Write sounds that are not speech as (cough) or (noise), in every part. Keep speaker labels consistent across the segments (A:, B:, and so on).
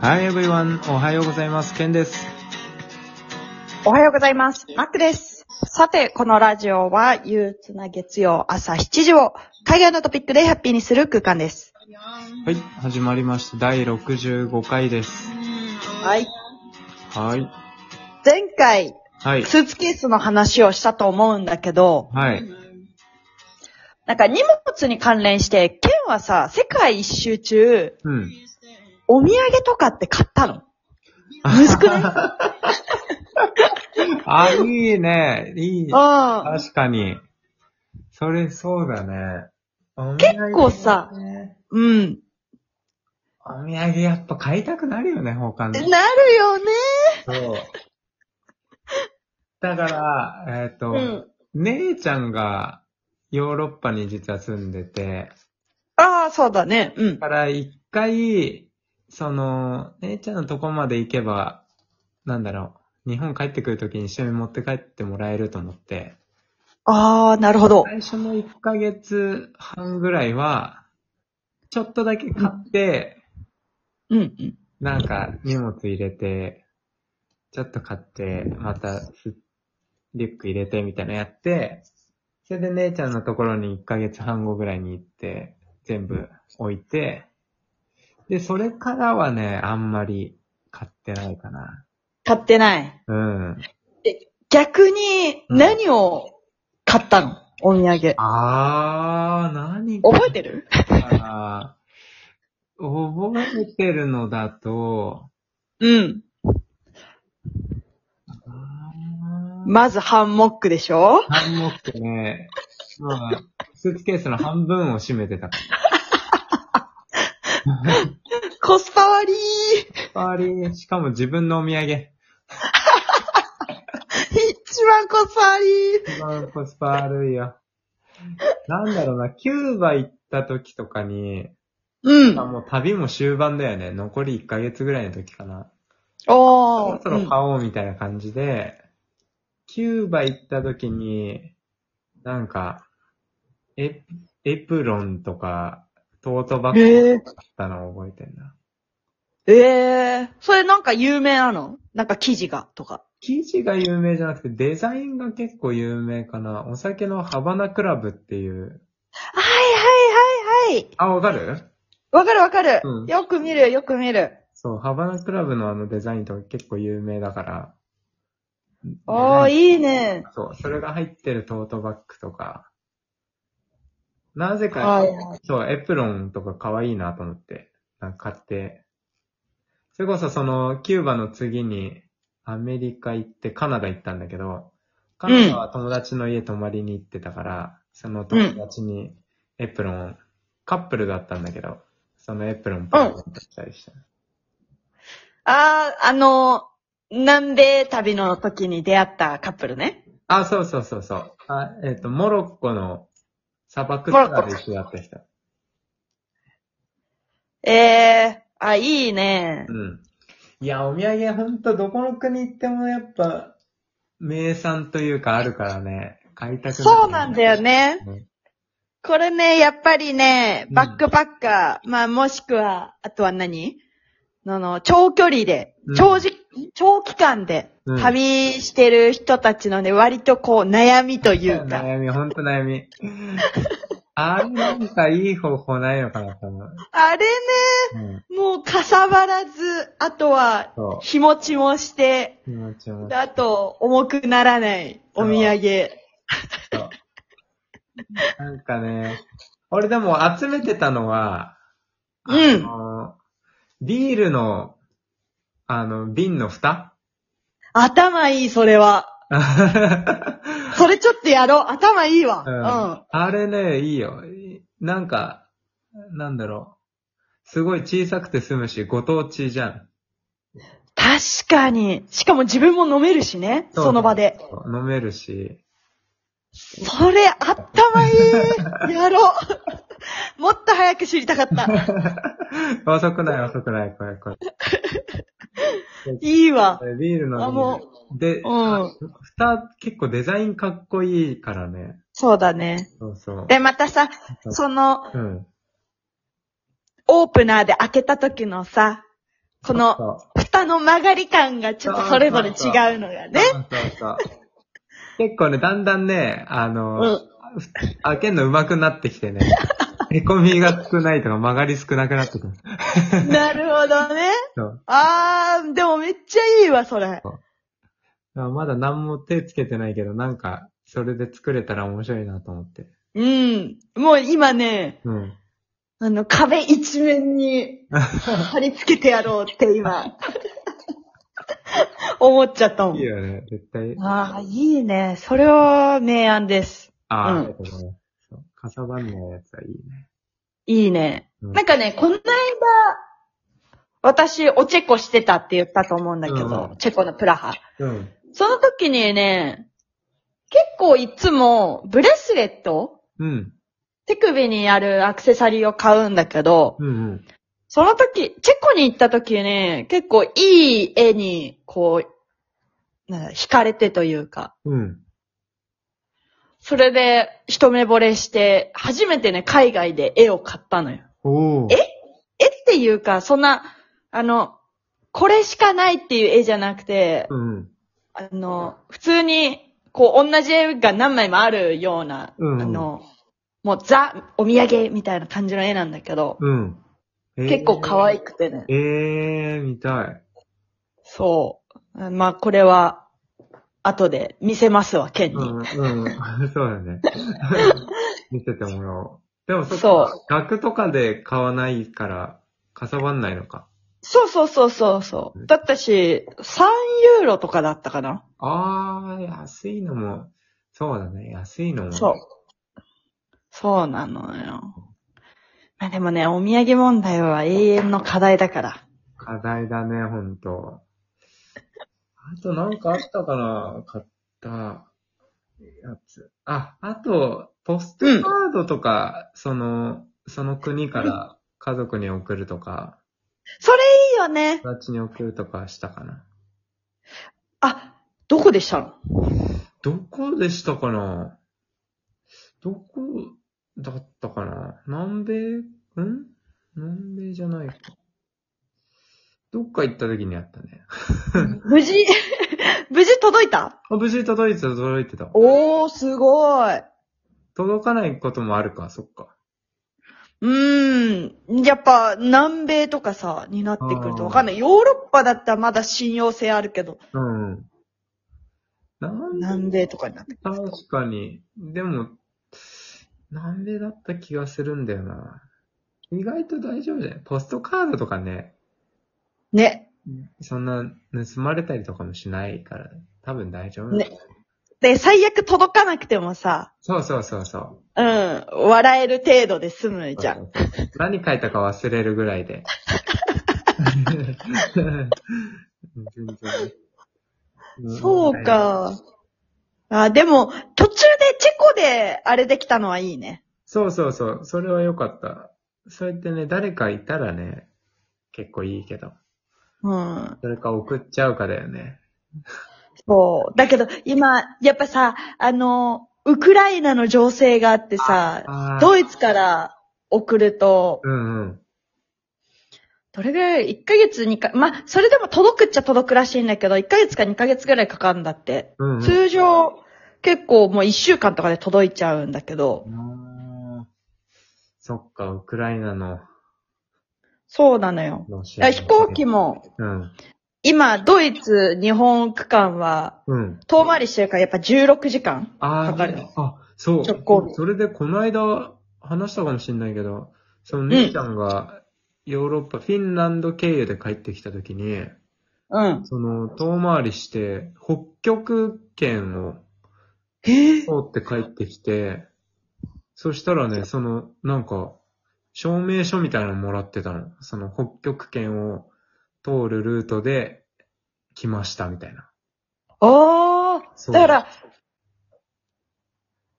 A: Hi everyone! おはようございます。ケンです。
B: おはようございます。マックです。さて、このラジオは憂鬱な月曜朝7時を海外のトピックでハッピーにする空間です。
A: はい、始まりました。第65回です。
B: はい。
A: はい。
B: 前回、
A: はい。
B: スーツケースの話をしたと思うんだけど、
A: はい。
B: なんか荷物に関連して、ケンはさ、世界一周中、
A: うん。
B: お土産とかって買ったのむずくない
A: あ、いいね。いい。 (laughs)
B: うん。
A: 確かに。それ、そうだね。お土産
B: 結構さ
A: ね
B: うん。
A: お土産やっぱ買いたくなるよね、他の
B: な。るよね。
A: そう。だから、えっ、と、
B: うん。
A: 姉ちゃんがヨーロッパに実は住んでて、
B: ああ、そうだね。うん
A: だ。から一回、その、姉ちゃんのとこまで行けば、なんだろう、日本帰ってくるときに一緒に持って帰ってもらえると思って、
B: ああ、なるほど。
A: 最初の1ヶ月半ぐらいは、ちょっとだけ買って、
B: うんうん。
A: なんか荷物入れて、ちょっと買って、またすリュック入れてみたいなのやって、それで姉ちゃんのところに1ヶ月半後ぐらいに行って、全部置いて、で、それからはね、あんまり買ってないかな。
B: 買ってない。
A: うん。
B: 逆に
A: うん
B: 何を買ったの、お土産。
A: あー、何
B: 覚えてる
A: かな。覚えてるのだと、
B: うん。
A: あー
B: まずハンモックでしょ
A: ハンモックね、まあ、スーツケースの半分を占めてた。
B: コスパ割
A: あり、しかも自分のお土産。
B: り一番コスパ割り
A: 一番コスパ悪いよ。なんだろうな、キューバ行った時とかに、
B: うん
A: あ。もう旅も終盤だよね。残り1ヶ月ぐらいの時かな。そ
B: お
A: ろ
B: ー。
A: そろ買おうみたいな感じで、キューバ行った時に、なんか、エ、エプロンとか、トートバ
B: うん
A: ッグ
B: えー、
A: 買ったのを覚えてんな。
B: えー、それなんか有名なのなんか生地がとか。
A: 生地が有名じゃなくて、デザインが結構有名かな。お酒のハバナクラブっていう。
B: はいはいはいはい。
A: あ、わかる
B: わかるわかる、
A: うん
B: よく見るよく見る。
A: そう、ハバナクラブのあのデザインとか結構有名だから。
B: おー、
A: い。
B: いいね。
A: そう、それが入ってるトートバッグとか。なぜか、
B: はいはい。
A: そう、エプロンとか可愛いなと思って、なんか買って。それこそその、キューバの次に、アメリカ行ってカナダ行ったんだけど、カナダは友達の家泊まりに行ってたから、その友達にエプロン、カップルだったんだけど、そのエプロンプレゼントしたりした。
B: あー、あの、南米旅の時に出会ったカップルね。
A: あ、そうそうそうそう。あ、えっ、と、モロッコの砂漠ツアーで一緒だった人。
B: ええあ、いいね
A: う。ん。いや、お土産ほんとどこの国行ってもやっぱ、名産というかあるからね、買いたくる
B: そうなんだよ。ね。
A: うん
B: これね、やっぱりね、
A: うん
B: バックパッカー、まあもしくは、あとは何あの、長距離で
A: うん、
B: 長時、長期間で
A: うん
B: 旅してる人たちのね、割とこう悩みというか、
A: 悩み、ほんと悩み。あれなんかいい方法ないのかなと思う。
B: あれ
A: うん。
B: ね、もうかさばらず、あとは
A: そ、う
B: 日持ちもして、
A: 気持ちも
B: で。あと、重くならないお土産。
A: なんかね、俺でも集めてたのは、あ
B: うん
A: の、ビールの、あの、瓶の蓋
B: 頭いい、それは。それちょっとやろう。頭いいわ。
A: う
B: うんん。
A: あれね、いいよ。いなんか、なんだろう。すごい小さくて済むし、ご当地じゃん。
B: 確かに。しかも自分も飲めるしね。
A: そう
B: その場で。
A: そう飲めるし。
B: それ、あったまい (laughs) いやろうもっと早く知りたかった。
A: 遅くない、遅くない、これ、これ。
B: いいわ
A: こ。れビール
B: あ、
A: の
B: も
A: ね、で、
B: うん
A: 蓋、結構デザインかっこいいからね。
B: そうだね。
A: そうそう。
B: で、またさ、その、
A: うん。
B: オープナーで開けた時のさ、この、
A: そ
B: 蓋の曲がり感がちょっとそれぞれ違うのが
A: う。
B: ね。 (laughs)
A: そうそうそう。結構ね、だんだんね、あの、
B: うん。
A: 開けんの上手くなってきてね。へこみが少ないとか曲がり少なくなってくる。
B: なるほどね。
A: そう。
B: あー、でもめっちゃいいわ、それ。
A: だからまだ何も手つけてないけど、なんか、それで作れたら面白いなと思って。
B: うん。もう今ね、
A: うん。
B: あの、壁一
A: (laughs)
B: 面に貼り付けてやろうって今、思っちゃったもん
A: いい。よね、絶対。
B: ああ、いいね。それは明暗です。
A: ああ、
B: うん
A: ありがとうございます。そうかさばんないやつはいいね。
B: いいね。
A: うん
B: なんかね、この間、私、おチェコしてたって言ったと思うんだけど、
A: うん
B: チェコのプラハ。
A: うん。
B: その時にね、結構いつも、ブレスレット
A: うん。
B: 手首にあるアクセサリーを買うんだけど、
A: うんうん。
B: その時、チェコに行った時ね、結構いい絵に、こう、なんだ惹かれてというか、
A: うん。
B: それで一目惚れして、初めてね、海外で絵を買ったのよ。
A: おー。
B: え絵っていうか、そんな、あの、これしかないっていう絵じゃなくて、
A: うん。
B: あの、普通に、こう、同じ絵が何枚もあるような、
A: うん
B: あの、もうザ、お土産みたいな感じの絵なんだけど、
A: うん。
B: 結構可愛
A: い。
B: くてね。
A: ええー、見たい。
B: そう。あまあ、これは、後で見せますわ、ケンに。
A: うん、 (laughs) うん。そうだね。 (laughs) 見せてもらおう。でもそっか
B: そ
A: 額とかで買わないから、かさばんないのか。
B: そうそうそうそうそう。だったし、3ユーロとかだったかな。
A: あー、安いのも、そうだね、安いのも。
B: そう。そうなのよ。まあでもね、お土産問題は永遠の課題だから。
A: 課題だね、ほんと。あとなんかあったかな買ったやつ。あ、あと、ポストカードとか、その、その国から家族に送るとか、
B: それいいよね。
A: 友達に送るとかしたかな。
B: あ、どこでした (laughs) の
A: どこでしたかなどこだったかな南米ん南米じゃないか。どっか行った時にあったね。
B: 無事、 (laughs) 無事届いた
A: あ、無事届いてた、届いてた。
B: おー、すごい。
A: 届かないこともあるか、そっか。
B: うーん。やっぱ、南米とかさ、になってくるとわかんない。ヨーロッパだったらまだ信用性あるけど、
A: うん。なん
B: 南米とかになってくる。
A: 確かに。でも、南米だった気がするんだよな。意外と大丈夫だよ。ポストカードとかね、
B: ね。
A: そんな盗まれたりとかもしないから、多分大丈夫だよ
B: ねで、最悪届かなくてもさ、
A: そうそうそうそう。
B: うん、笑える程度で済むじゃん。
A: そうそうそう何書いたか忘れるぐらい
B: (laughs)
A: で。全然ね
B: そう。か。あ、でも、途中でチェコであれできたのはいいね。
A: そうそうそう。それは良かった。そうやってね、誰かいたらね、結構いいけど。
B: うん。
A: それか送っちゃうかだよね。
B: そう。だけど、今、やっぱさ、あの、ウクライナの情勢があってさ、
A: あー
B: ドイツから送ると、
A: うんうん。
B: どれぐらい ?1 ヶ月2か、まあ、それでも届くっちゃ届くらしいんだけど、1ヶ月か2ヶ月ぐらいかかるんだって。
A: うん、うん。
B: 通常、結構もう1週間とかで届いちゃうんだけど、
A: あーそっか、ウクライナの
B: そうなのよ。
A: ロシア
B: だから
A: の
B: 飛行機。も、
A: うん。
B: 今、ドイツ、日本区間は、
A: うん。
B: 遠回りしてるからやっぱ16時間
A: ああ、
B: かかるの。
A: あ、そう。
B: 直行便
A: それでこの間話したかもしれないけど、その姉ちゃんがヨーロッパ、フィンランド経由で帰ってきた時に、
B: うん。
A: その遠回りして北極圏を
B: へえ。
A: 通って帰ってきて、そしたらね、そのなんか証明書みたいなのもらってたの。その北極圏を通るルートで来ましたみたいな。
B: あ
A: そう
B: あ。だから、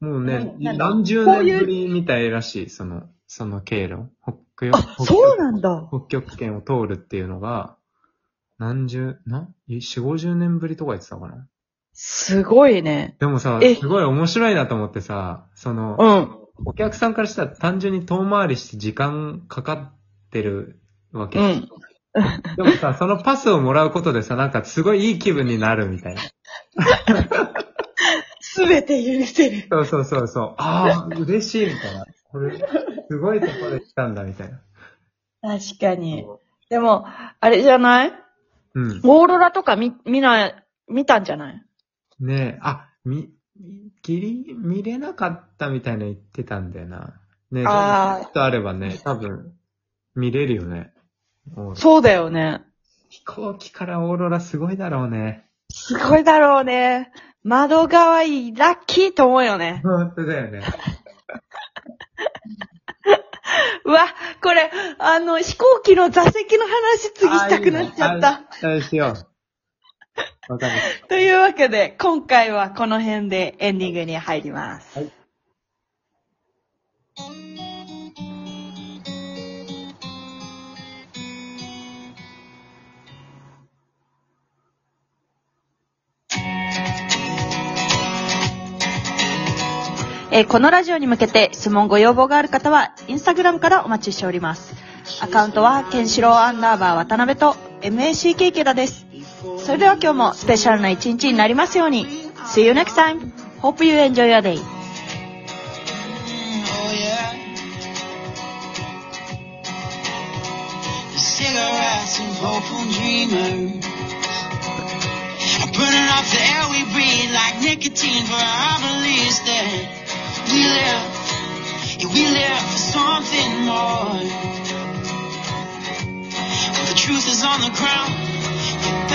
A: もうね、
B: ななんだ
A: 何十
B: こうい
A: 年
B: う
A: ぶりみたいらしい、その、その経路。北極
B: あ、そうなんだ。
A: 北極圏を通るっていうのが、何十、な四五十年ぶりとか言ってたかな
B: すごいね。
A: でもさ
B: え、
A: すごい面白いなと思ってさ、その、
B: うん。
A: お客さんからしたら単純に遠回りして時間かかってるわけ。
B: うん。
A: でもさ、そのパスをもらうことでさ、なんかすごいいい気分になるみたいな。
B: すべて許せる。
A: そうそうそうそう。ああ、嬉しいみたいな。これ、すごいとこで来たんだみたいな。
B: 確かに。でも、あれじゃない
A: うん。
B: オーロラとか見、見ない、見たんじゃない
A: ねえ、あ、み、ギリ、見れなかったみたいな言ってたんだよな。ねえ、ち
B: あー
A: ょっとあればね、多分、見れるよね。お
B: そうだよね。
A: 飛行機からオーロラすごいだろうね。
B: すごいだろうね。窓側いい、ラッキーと思うよね。
A: 本当だよね。
B: うわ、これ、あの、飛行機の座席の話次したくなっちゃった。
A: あ。いいねあそうしよう。わかる。 (laughs)
B: というわけで、今回はこの辺でエンディングに入ります。
A: はい
B: えーこのラジオに向けて質問ご要望がある方は、インスタグラムからお待ちしております。アカウントは、ケンシロウアンダーバー渡辺と MACK 池田です。それでは今日もスペシャルな一日になりますように。See you next time. Hope you enjoy your day.
C: Oh yeah. The cigarettes and hopeful dreamers. I'm burning off the air we breathe like nicotine for our beliefs that we live. Yeah, we live for something more. Well, the truth is on the ground.